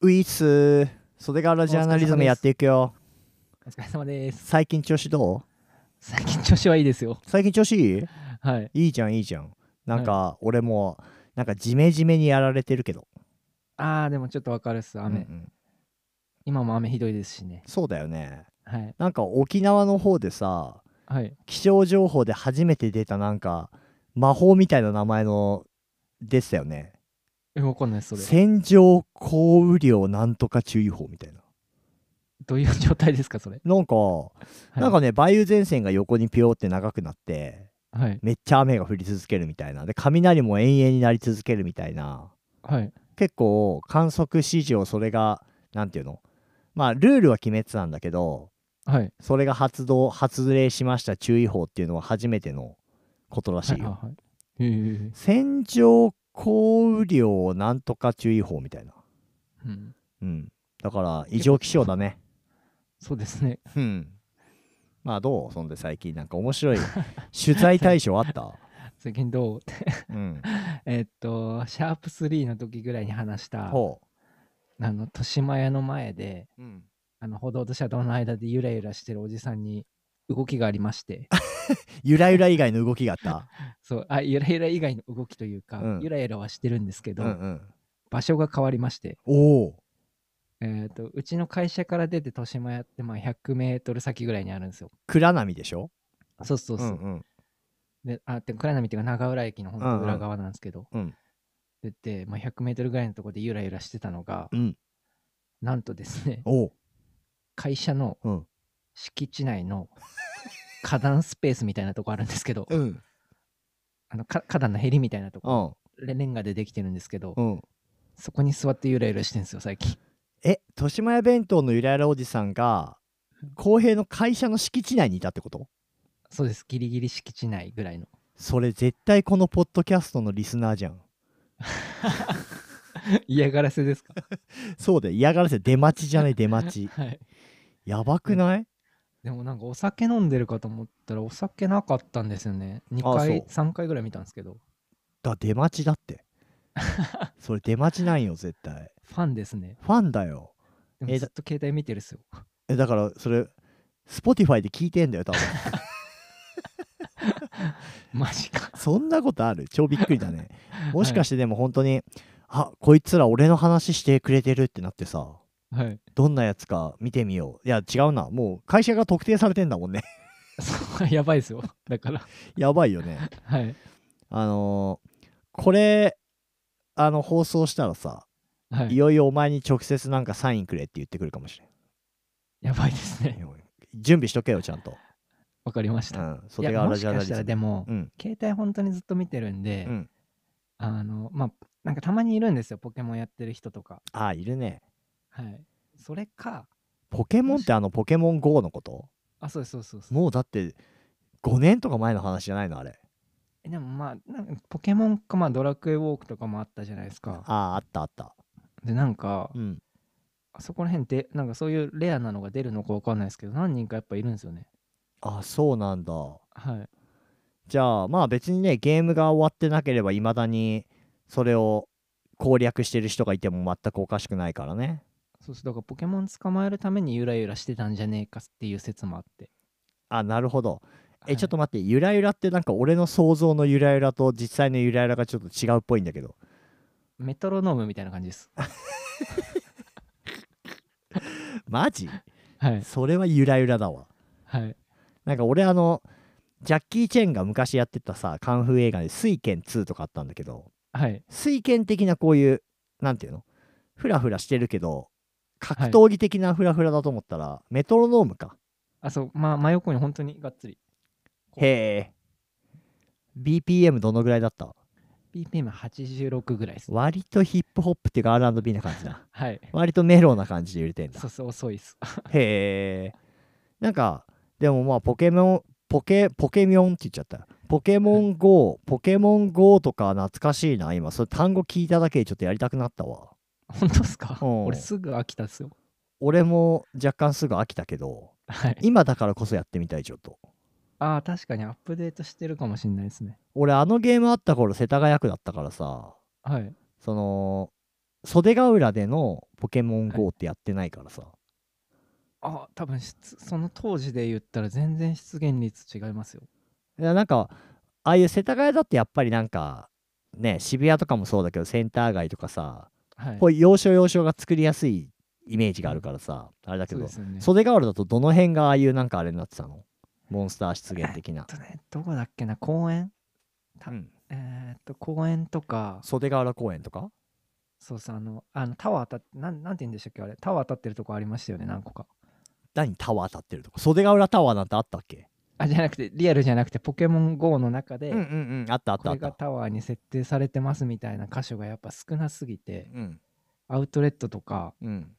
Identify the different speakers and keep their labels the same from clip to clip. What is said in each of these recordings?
Speaker 1: ウィス袖ヶ浦ジャーナリズムやっていくよ
Speaker 2: お疲れ様です。
Speaker 1: 最近調子どう
Speaker 2: 最近調子はいいですよ。
Speaker 1: 最近調子いい
Speaker 2: はい。
Speaker 1: いいじゃんいいじゃんなんか、俺もなんかジメジメにやられてるけど
Speaker 2: ああ、でもちょっとわかるっす。
Speaker 1: う
Speaker 2: 雨、
Speaker 1: んうん
Speaker 2: 今も雨ひどいですしね。
Speaker 1: そうだよね
Speaker 2: はい。
Speaker 1: なんか沖縄の方でさ
Speaker 2: はい。
Speaker 1: 気象情報で初めて出たなんか魔法みたいな名前のでしたよね
Speaker 2: え、わかんないです、それ。
Speaker 1: 線状降雨量なんとか注意報みたいな
Speaker 2: どういう状態ですか、それ。
Speaker 1: なんか、
Speaker 2: はい、
Speaker 1: なんかね梅雨前線が横にピョーって長くなって
Speaker 2: はい。
Speaker 1: めっちゃ雨が降り続けるみたいなで雷も延々になり続けるみたいな
Speaker 2: はい。
Speaker 1: 結構観測史上それが何ていうのまあルールは決めてたんだけど
Speaker 2: はい。
Speaker 1: それが発動発令しました注意報っていうのは初めてのことらしいよ。
Speaker 2: はい。はい。えー
Speaker 1: 線状降雨量なんとか注意報みたいな。
Speaker 2: うん。
Speaker 1: うん。だから異常気象だね。
Speaker 2: そうですね。
Speaker 1: うん。まあどうそんで最近なんか面白い取材対象あ った
Speaker 2: 最近どう
Speaker 1: うん。
Speaker 2: えーっと、シャープ3の時ぐらいに話した、
Speaker 1: ほ
Speaker 2: あの、豊島屋の前で、
Speaker 1: う。うん。
Speaker 2: あの、歩道と車道の間でゆらゆらしてるおじさんに動きがありまして、
Speaker 1: ゆらゆら以外の動きがあった。
Speaker 2: そう、あ、ゆらゆら以外の動きというか、
Speaker 1: うん
Speaker 2: ゆらゆらはしてるんですけ
Speaker 1: う
Speaker 2: ど、
Speaker 1: んうん。
Speaker 2: 場所が変わりまして、
Speaker 1: おお。
Speaker 2: えー、とうちの会社から出て豊島屋ってまあ100メートル先ぐらいにあるんですよ。
Speaker 1: 倉波でしょ
Speaker 2: そうそうそう。
Speaker 1: ん
Speaker 2: であて倉波っていうか長浦駅の本
Speaker 1: うんうん
Speaker 2: 当裏側なんですけど、
Speaker 1: うん
Speaker 2: 出て、まあ、100メートルぐらいのところでゆらゆらしてたのが、
Speaker 1: うん
Speaker 2: なんとですね
Speaker 1: おう
Speaker 2: 会社の
Speaker 1: うん
Speaker 2: 敷地内の花壇スペースみたいなとこあるんですけど、
Speaker 1: ん
Speaker 2: あのか花壇のへりみたいなとこ
Speaker 1: うん
Speaker 2: レンガでできてるんですけど、
Speaker 1: うん
Speaker 2: そこに座ってゆらゆらしてるんですよ最近。
Speaker 1: え豊島屋弁当のゆらゆらおじさんが浩平の会社の敷地内にいたってこと
Speaker 2: そうですギリギリ敷地内ぐら いの。
Speaker 1: それ絶対このポッドキャストのリスナーじゃん
Speaker 2: 嫌がらせですか
Speaker 1: そうだよ嫌がらせ出待ちじゃない出待 ち
Speaker 2: はい
Speaker 1: やばくない、
Speaker 2: でもなんかお酒飲んでるかと思ったらお酒なかったんですよね。2回、
Speaker 1: そう
Speaker 2: 3回ぐらい見たんですけど、
Speaker 1: だ出待ちだって それ出待ちなんよ絶対
Speaker 2: ファンですね。
Speaker 1: ファンだよ
Speaker 2: で
Speaker 1: え
Speaker 2: も
Speaker 1: ー
Speaker 2: ずっと携帯見てるっすよ。
Speaker 1: えだからそれ Spotify で聞いてんだよ多分
Speaker 2: マジか。
Speaker 1: そんなことある超びっくりだ ねもしかしてでも本当に、あこいつら俺の話してくれてるってなってさ
Speaker 2: はい。
Speaker 1: どんなやつか見てみよういや違うなもう会社が特定されてんだもんね
Speaker 2: そうやばいっすよ。だから。
Speaker 1: やばいよね
Speaker 2: はい。
Speaker 1: あのーこれあの放送したらさ、、
Speaker 2: はいい、
Speaker 1: よいよお前に直接なんかサインくれって言ってくるかもし
Speaker 2: やばいです
Speaker 1: れん
Speaker 2: ね。
Speaker 1: 準備しとけよちゃんと、
Speaker 2: わかりまし
Speaker 1: う
Speaker 2: た。
Speaker 1: ん、
Speaker 2: い
Speaker 1: 袖
Speaker 2: や
Speaker 1: が
Speaker 2: も
Speaker 1: ラ
Speaker 2: し
Speaker 1: ジャーナ
Speaker 2: か
Speaker 1: リ
Speaker 2: した
Speaker 1: ズ
Speaker 2: らで
Speaker 1: ム
Speaker 2: も、
Speaker 1: うん
Speaker 2: 携帯本当にずっと見てるんで、
Speaker 1: うん
Speaker 2: あの、まあ、なんかたまにいるんですよ。ポケモンやってる人とか。
Speaker 1: ああいるね
Speaker 2: はい。それか、
Speaker 1: ポケモンってあのポケモン GO のこと
Speaker 2: あ、そうですそうですそうです。
Speaker 1: もうだって5年とか前の話じゃないのあれ
Speaker 2: えでもまあ、なんかポケモンか、まあ、ドラクエウォークとかもあったじゃないですか。
Speaker 1: あああったあった
Speaker 2: で、なんか、
Speaker 1: うん
Speaker 2: あそこら辺でなんかそういうレアなのが出るのかわかんないですけど何人かやっぱいるんですよね
Speaker 1: ああそうなんだ
Speaker 2: はい
Speaker 1: じゃあまあ別にねゲームが終わってなければいまだにそれを攻略してる人がいても全くおかしくないからね
Speaker 2: そうそうだからポケモン捕まえるためにゆらゆらしてたんじゃねえかっていう説もあって
Speaker 1: あなるほどえ、
Speaker 2: はい
Speaker 1: ちょっと待ってゆらゆらってなんか俺の想像のゆらゆらと実際のゆらゆらがちょっと違うっぽいんだけど
Speaker 2: メトロノームみたいな感じです
Speaker 1: マジ
Speaker 2: はい
Speaker 1: それはゆらゆらだわ
Speaker 2: はい
Speaker 1: なんか俺あのジャッキー・チェンが昔やってたさカンフー映画で「水剣2」とかあったんだけど
Speaker 2: はい
Speaker 1: 水剣的なこういうなんていうのフラフラしてるけど格闘技的なフラフラだと思ったら、メトロノームか
Speaker 2: あそうまあ真横に本当にがっつり
Speaker 1: へえ BPM どのぐらいだった
Speaker 2: BPM86 ぐらいです
Speaker 1: 割とヒップホップっていうか R&B な感 じだ
Speaker 2: はい
Speaker 1: 割とメロな感じで入れてんだ
Speaker 2: そうそう遅いっす
Speaker 1: へえなんかでもまあポケモンポケポケミョンって言っちゃったポケモン GO ポケモン GO とか懐かしいな今それ単語聞いただけでちょっとやりたくなったわ
Speaker 2: 本当っすか
Speaker 1: うん
Speaker 2: 俺すぐ飽きたっすよ
Speaker 1: 俺も若干すぐ飽きたけど
Speaker 2: はい
Speaker 1: 今だからこそやってみたいちょっと
Speaker 2: ああ確かにアップデートしてるかもしれないですね
Speaker 1: 俺あのゲームあった頃世田谷区だったからさ
Speaker 2: はい
Speaker 1: その袖ヶ浦でのポケモン GO ってやってないからさ、
Speaker 2: あ多分出その当時で言ったら全然出現率違いますよ
Speaker 1: いやなんかああいう世田谷だってやっぱりなんかね渋谷とかもそうだけどセンター街とかさ、
Speaker 2: はい
Speaker 1: こういう要所要所が作りやすいイメージがあるからさ、あれだけ
Speaker 2: そう
Speaker 1: ど、
Speaker 2: ですよね
Speaker 1: 袖ヶ浦だとどの辺がああいうなんかあれになってたのモンスター出現的な、
Speaker 2: えっとねどこだっけな公園た
Speaker 1: うん
Speaker 2: えーっと公園とか
Speaker 1: 袖ヶ浦公園とか
Speaker 2: そうそうあのあのタワー当たってなんなんて言うんでしたっけあれタワー当たってるとこありましたよね何個か
Speaker 1: 何タワー立ってるとか袖ヶ浦タワーなんてあったっけ
Speaker 2: あじゃなくてリアルじゃなくてポケモン GO の中で、
Speaker 1: うんあったあった
Speaker 2: こ
Speaker 1: あ
Speaker 2: れ
Speaker 1: った
Speaker 2: がタワーに設定されてますみたいな箇所がやっぱ少なすぎて
Speaker 1: うん
Speaker 2: アウトレットとか
Speaker 1: うん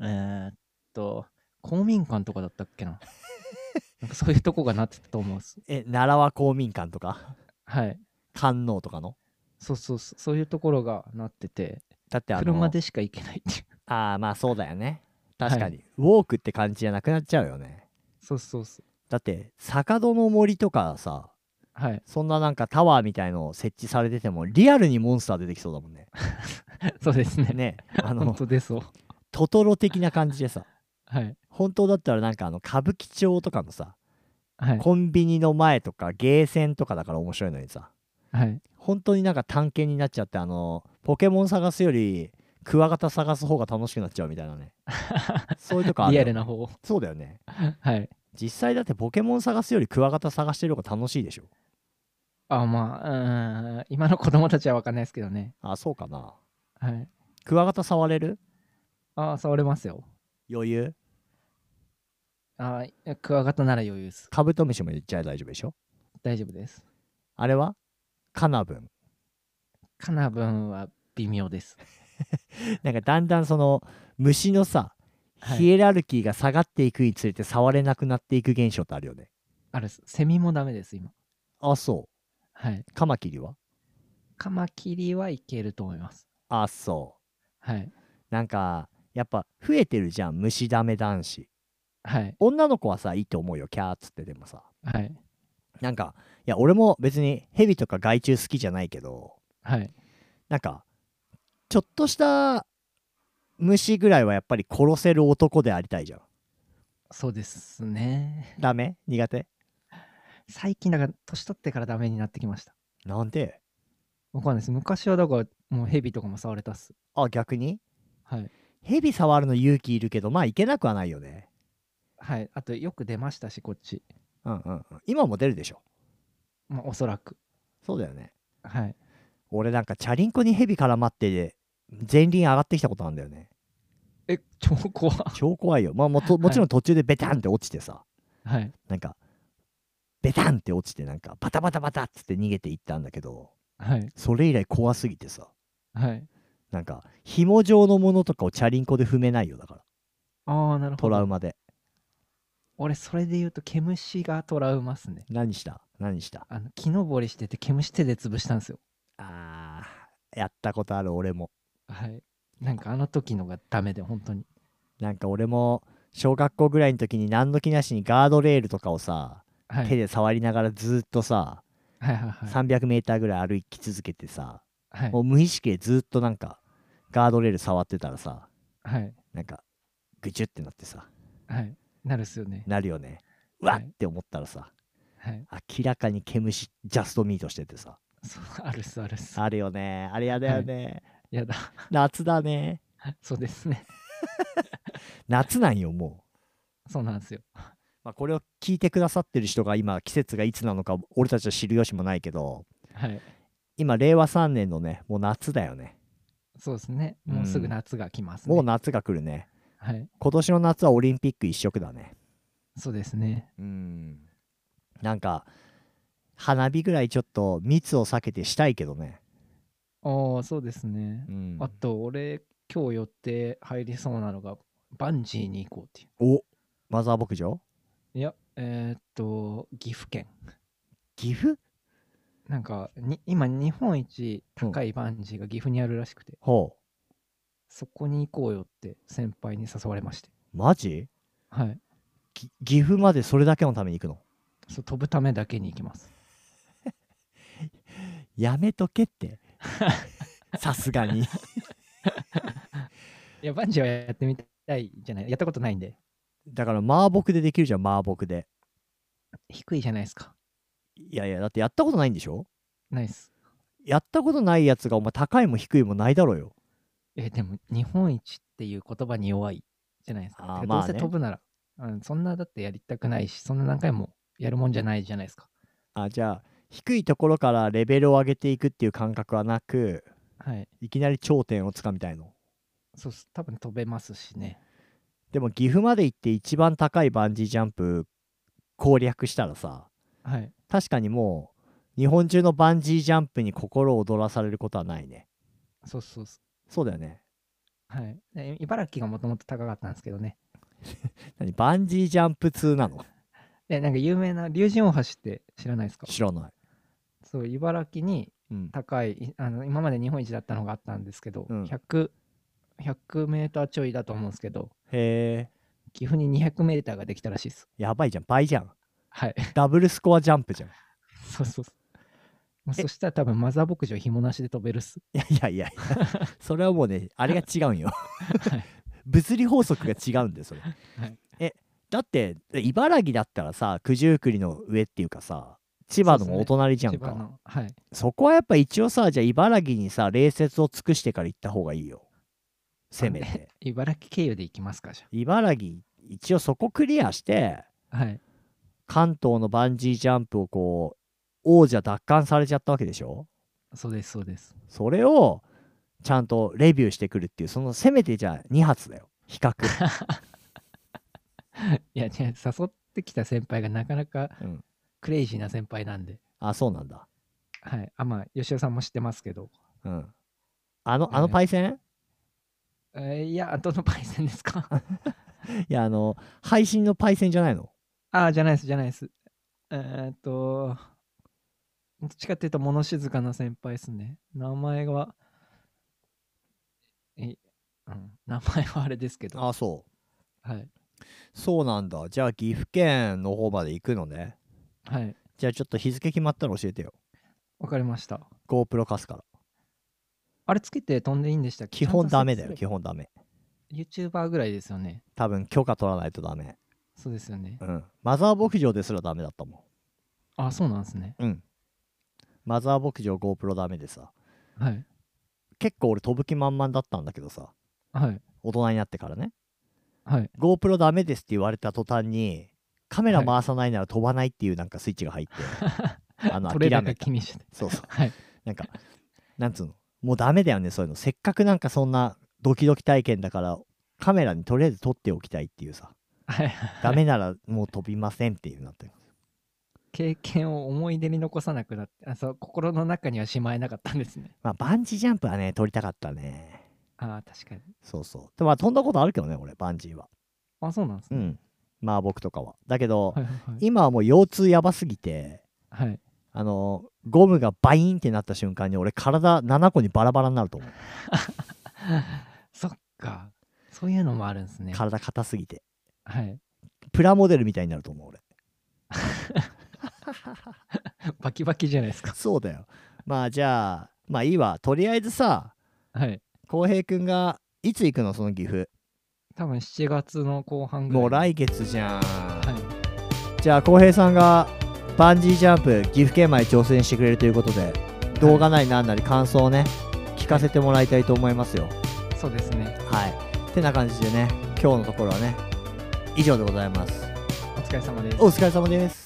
Speaker 2: えーっと公民館とかだったっけななんかそういうとこがなってたと思うんです
Speaker 1: え奈良は公民館とか
Speaker 2: はい
Speaker 1: 観音とかの
Speaker 2: そうそうそうそういうところがなってて
Speaker 1: だってあの
Speaker 2: 車でしか行けないっていう
Speaker 1: ああまあそうだよね確かに、
Speaker 2: は
Speaker 1: ウォークって感じじゃなくなっちゃうよね
Speaker 2: そうそうそう
Speaker 1: だって坂戸の森とかさ
Speaker 2: はい
Speaker 1: そんななんかタワーみたいの設置されててもリアルにモンスター出てきそうだもん ね
Speaker 2: そうですね
Speaker 1: ねあ
Speaker 2: 本
Speaker 1: の
Speaker 2: 当ですよ
Speaker 1: トトロ的な感じでさ
Speaker 2: はい
Speaker 1: 本当だったらなんかあの歌舞伎町とかのさ
Speaker 2: はい
Speaker 1: コンビニの前とかゲーセンとかだから面白いのにさ
Speaker 2: はい
Speaker 1: 本当になんか探検になっちゃってあのポケモン探すよりクワガタ探す方が楽しくなっちゃうみたいなねそういうとこある
Speaker 2: リ
Speaker 1: よ
Speaker 2: アルな方
Speaker 1: そうだよね
Speaker 2: はい
Speaker 1: 実際だってポケモン探すよりクワガタ探してる方が楽しいでしょ
Speaker 2: あまあうーん今の子供たちは分かんないですけどね
Speaker 1: あそうかな
Speaker 2: はい
Speaker 1: クワガタ触れる
Speaker 2: あ触れますよ
Speaker 1: 余裕
Speaker 2: あクワガタなら余裕です
Speaker 1: カブトムシも言っちゃ大丈夫でしょ
Speaker 2: 大丈夫です
Speaker 1: あれはカナブン
Speaker 2: カナブンは微妙です
Speaker 1: なんかだんだんその虫のさ
Speaker 2: はい
Speaker 1: ヒエラルキーが下がっていくにつれて触れなくなっていく現象ってあるよね
Speaker 2: あれセミもダメです今
Speaker 1: あそ
Speaker 2: はいう
Speaker 1: カマキリは
Speaker 2: カマキリはいけると思います
Speaker 1: あそう
Speaker 2: はい
Speaker 1: なんかやっぱ増えてるじゃん虫ダメ男子
Speaker 2: はい
Speaker 1: 女の子はさいいと思うよキャーっつってでもさ
Speaker 2: はい
Speaker 1: なんかいや俺も別にヘビとか害虫好きじゃないけど
Speaker 2: はい
Speaker 1: なんかちょっとした虫ぐらいはやっぱり殺せる男でありたいじゃん
Speaker 2: そうですね
Speaker 1: ダメ苦手
Speaker 2: 最近だから年取ってからダメになってきました
Speaker 1: なんで
Speaker 2: わかんないです昔はだからもうヘビとかも触れたっす
Speaker 1: あ逆に
Speaker 2: はい
Speaker 1: ヘビ触るの勇気いるけどまあいけなくはないよね
Speaker 2: はいあとよく出ましたしこっち
Speaker 1: うんうん、うん、今も出るでしょ
Speaker 2: まあおそらく
Speaker 1: そうだよね
Speaker 2: はい
Speaker 1: 俺なんかチャリンコにヘビ絡まって前輪上がってきたことあるんだよね
Speaker 2: え超怖
Speaker 1: 超怖いよまあもともちろん途中でベタンって落ちてさ、
Speaker 2: はい
Speaker 1: なんかベタンって落ちてなんかバタバタバタっつって逃げていったんだけど
Speaker 2: はい
Speaker 1: それ以来怖すぎてさ
Speaker 2: はい
Speaker 1: なんか紐状のものとかをチャリンコで踏めないよだから
Speaker 2: ああなるほど
Speaker 1: トラウマで
Speaker 2: 俺それで言うと毛虫がトラウマっすね
Speaker 1: 何した何した
Speaker 2: あの木登りしてて毛虫手で潰したんですよ
Speaker 1: あーやったことある俺も
Speaker 2: はいなんかあの時のがダメで本当に
Speaker 1: なんか俺も小学校ぐらいの時に何の気なしにガードレールとかをさ、
Speaker 2: はい
Speaker 1: 手で触りながらずーっとさ、
Speaker 2: はいはいはい
Speaker 1: 300メーターぐらい歩き続けてさ、
Speaker 2: はい
Speaker 1: もう無意識でずーっとなんかガードレール触ってたらさ
Speaker 2: はい
Speaker 1: なんかぐちゅってなってさ
Speaker 2: はいなるっすよね
Speaker 1: なるよねうわ
Speaker 2: は
Speaker 1: っ
Speaker 2: い
Speaker 1: って思ったらさ
Speaker 2: はい
Speaker 1: 明らかに毛虫ジャストミートしててさ
Speaker 2: そうあるっすあるっす
Speaker 1: あるよねあれやだよね、
Speaker 2: やだ
Speaker 1: 夏だね
Speaker 2: そうですね
Speaker 1: 夏なんよもう、
Speaker 2: そうなんですよ
Speaker 1: まあ、これを聞いてくださってる人が今季節がいつなのか俺たちは知る由もないけど
Speaker 2: はい
Speaker 1: 今令和3年のねもう夏だよね
Speaker 2: そうですねもうす
Speaker 1: う
Speaker 2: ぐ
Speaker 1: ん
Speaker 2: 夏が来ますね
Speaker 1: もう夏が来るね
Speaker 2: はい
Speaker 1: 今年の夏はオリンピック一色だね
Speaker 2: そうですね
Speaker 1: うんなんか花火ぐらいちょっと密を避けてしたいけどね、
Speaker 2: ああそうですね
Speaker 1: うん
Speaker 2: あと俺今日予定入りそうなのがバンジーに行こうっていう
Speaker 1: おマザー牧場
Speaker 2: いや、えーっと、岐阜県。
Speaker 1: 岐阜
Speaker 2: なんかに、今、日本一高いバンジーが岐阜にあるらしくて、
Speaker 1: ほ
Speaker 2: そこに行こうよって先輩に誘われまして。
Speaker 1: うマジ
Speaker 2: はい。
Speaker 1: ぎ岐阜までそれだけのために行くの
Speaker 2: そう飛ぶためだけに行きます。
Speaker 1: やめとけってさすがに
Speaker 2: いや、バンジーはやってみたいじゃない。やったことないんで。
Speaker 1: だから麻木でできるじゃん麻木で
Speaker 2: 低いじゃないですか。
Speaker 1: いやいやだってやったことないんでしょ
Speaker 2: ナイス。
Speaker 1: やったことないやつがお前高いも低いもないだろうよ
Speaker 2: え、でも、日本一っていう言葉に弱いじゃないですか。
Speaker 1: あー
Speaker 2: てか
Speaker 1: まあ
Speaker 2: どうせ
Speaker 1: ね
Speaker 2: 飛ぶなら、うん、そんなだってやりたくないし、そんな何回もやるもんじゃないじゃないですか。
Speaker 1: あじゃあ低いところからレベルを上げていくっていう感覚はなく
Speaker 2: はい。
Speaker 1: いきなり頂点をつかみたいの
Speaker 2: そうっす。多分飛べますしね。
Speaker 1: でも岐阜まで行って一番高いバンジージャンプ攻略したらさ
Speaker 2: はい。
Speaker 1: 確かにもう日本中のバンジージャンプに心躍らされることはないね
Speaker 2: そうそうっす。
Speaker 1: そうだよね
Speaker 2: はい。で茨城がもともと高かったんですけどね。
Speaker 1: 何バンジージャンプ通なの
Speaker 2: で、なんか有名な竜神大橋って知らないですか
Speaker 1: 知らない、
Speaker 2: そう、茨城に
Speaker 1: うん、
Speaker 2: 高いいあの今まで日本一だったのがあったんですけど、
Speaker 1: うん
Speaker 2: 100 100メーターちょいだと思うんですけど
Speaker 1: へえ
Speaker 2: 岐阜に200メーターができたらしいです
Speaker 1: やばいじゃん倍じゃん
Speaker 2: はい
Speaker 1: ダブルスコアジャンプじゃん
Speaker 2: そうそうそうもうそしたら多分マザー牧場ひもなしで飛べるっす
Speaker 1: いやいやいや それはもうねあれが違うんよ
Speaker 2: はい
Speaker 1: 物理法則が違うんだよそれ、
Speaker 2: はい
Speaker 1: えだって茨城だったらさ九十九里の上っていうかさ千葉のお隣じゃん
Speaker 2: 千
Speaker 1: か
Speaker 2: 葉
Speaker 1: そ,、
Speaker 2: のはい
Speaker 1: こはやっぱ一応さじゃあ茨城にさ礼節を尽くしてから行った方がいいよせめ
Speaker 2: あ
Speaker 1: て
Speaker 2: 茨城経由で行きますかじ
Speaker 1: 茨城一応そこクリアして
Speaker 2: ゃあはい
Speaker 1: 関東のバンジージャンプをこう王者奪還されちゃったわけでしょ
Speaker 2: そうですそうです
Speaker 1: それをちゃんとレビューしてくるっていうそのせめてじゃあ2発だよ比 較、
Speaker 2: いや違う誘ってきた先輩がなかなか
Speaker 1: うん、
Speaker 2: クレイジーな先輩なんで
Speaker 1: あそうなんだ
Speaker 2: はいあまあ吉尾さんも知ってますけど
Speaker 1: うんあの
Speaker 2: ね
Speaker 1: あのパイセン
Speaker 2: えーいやどのパイセンで すか
Speaker 1: いやあの配信のパイセンじゃないの
Speaker 2: ああ、じゃないです、じゃないです。えーっと、どっちかっていうと物静かな先輩ですね。名前は、え、うん、名前はあれですけど、は
Speaker 1: あそう
Speaker 2: い。
Speaker 1: そうなんだじゃあ岐阜県の方まで行くのね
Speaker 2: はい。
Speaker 1: じゃあちょっと日付決まったら教えてよ
Speaker 2: わかりました。
Speaker 1: GoPro 貸すから
Speaker 2: あれつけて飛んでいいんでしたっけ
Speaker 1: 基本ダメだよ
Speaker 2: ちゃんと
Speaker 1: 基本ダメ
Speaker 2: 設定 YouTuber ぐらいですよね。
Speaker 1: 多分許可取らないとダメ
Speaker 2: そうですよね
Speaker 1: う。んマザー牧場ですらダメだったも
Speaker 2: あ、そうなんですね。
Speaker 1: んうんマザー牧場 GoPro ダメでさ
Speaker 2: はい。
Speaker 1: 結構俺飛ぶ気満々だったんだけどさ
Speaker 2: はい。
Speaker 1: 大人になってからね
Speaker 2: はい。
Speaker 1: GoPro ダメですって言われた途端にカメラ回さないなら飛ばないっていうなんかスイッチが入って、あの
Speaker 2: それ
Speaker 1: 諦
Speaker 2: だ
Speaker 1: め
Speaker 2: け
Speaker 1: た
Speaker 2: 気にして。
Speaker 1: そうそう
Speaker 2: はい。
Speaker 1: なんかなんつうのもうダメだよねそういうのせっかくなんかそんなドキドキ体験だからカメラにとりあえず撮っておきたいっていうさ
Speaker 2: はい。
Speaker 1: ダメならもう飛びませんっていうなって
Speaker 2: 経験を思い出に残さなくなって、あそう心の中にはしまえなかったんですね。
Speaker 1: まあバンジージャンプはね撮りたかったね
Speaker 2: ああ、確かに。
Speaker 1: そうそうでもまあ飛んだことあるけどね俺バンジーは
Speaker 2: あ、そうなんです
Speaker 1: う
Speaker 2: ね。
Speaker 1: んまあ僕とかはだけど、
Speaker 2: はいはい
Speaker 1: 今はもう腰痛やばすぎて
Speaker 2: はい。はい、
Speaker 1: あのゴムがバイーンってなった瞬間に俺体7個にバラバラになると思う
Speaker 2: そっか。そういうのもあるんですね。は
Speaker 1: 体硬すぎて
Speaker 2: い。
Speaker 1: プラモデルみたいになると思う俺
Speaker 2: バキバキじゃないですか。
Speaker 1: そうだよまあじゃあまあいいわとりあえずさ
Speaker 2: はい。
Speaker 1: 浩平くんがいつ行くのその岐阜
Speaker 2: 多分7月の後半ぐらい。
Speaker 1: もう来月じゃん、
Speaker 2: は
Speaker 1: じゃあ浩平さんがバンジージャンプ岐阜県まで挑戦してくれるということで動画なりなんなり感想をね聞かせてもらいたいと思いますよ
Speaker 2: い。そうですね。
Speaker 1: はいてな感じでね今日のところはね以上でございます
Speaker 2: お疲れ様です。
Speaker 1: お疲れ様です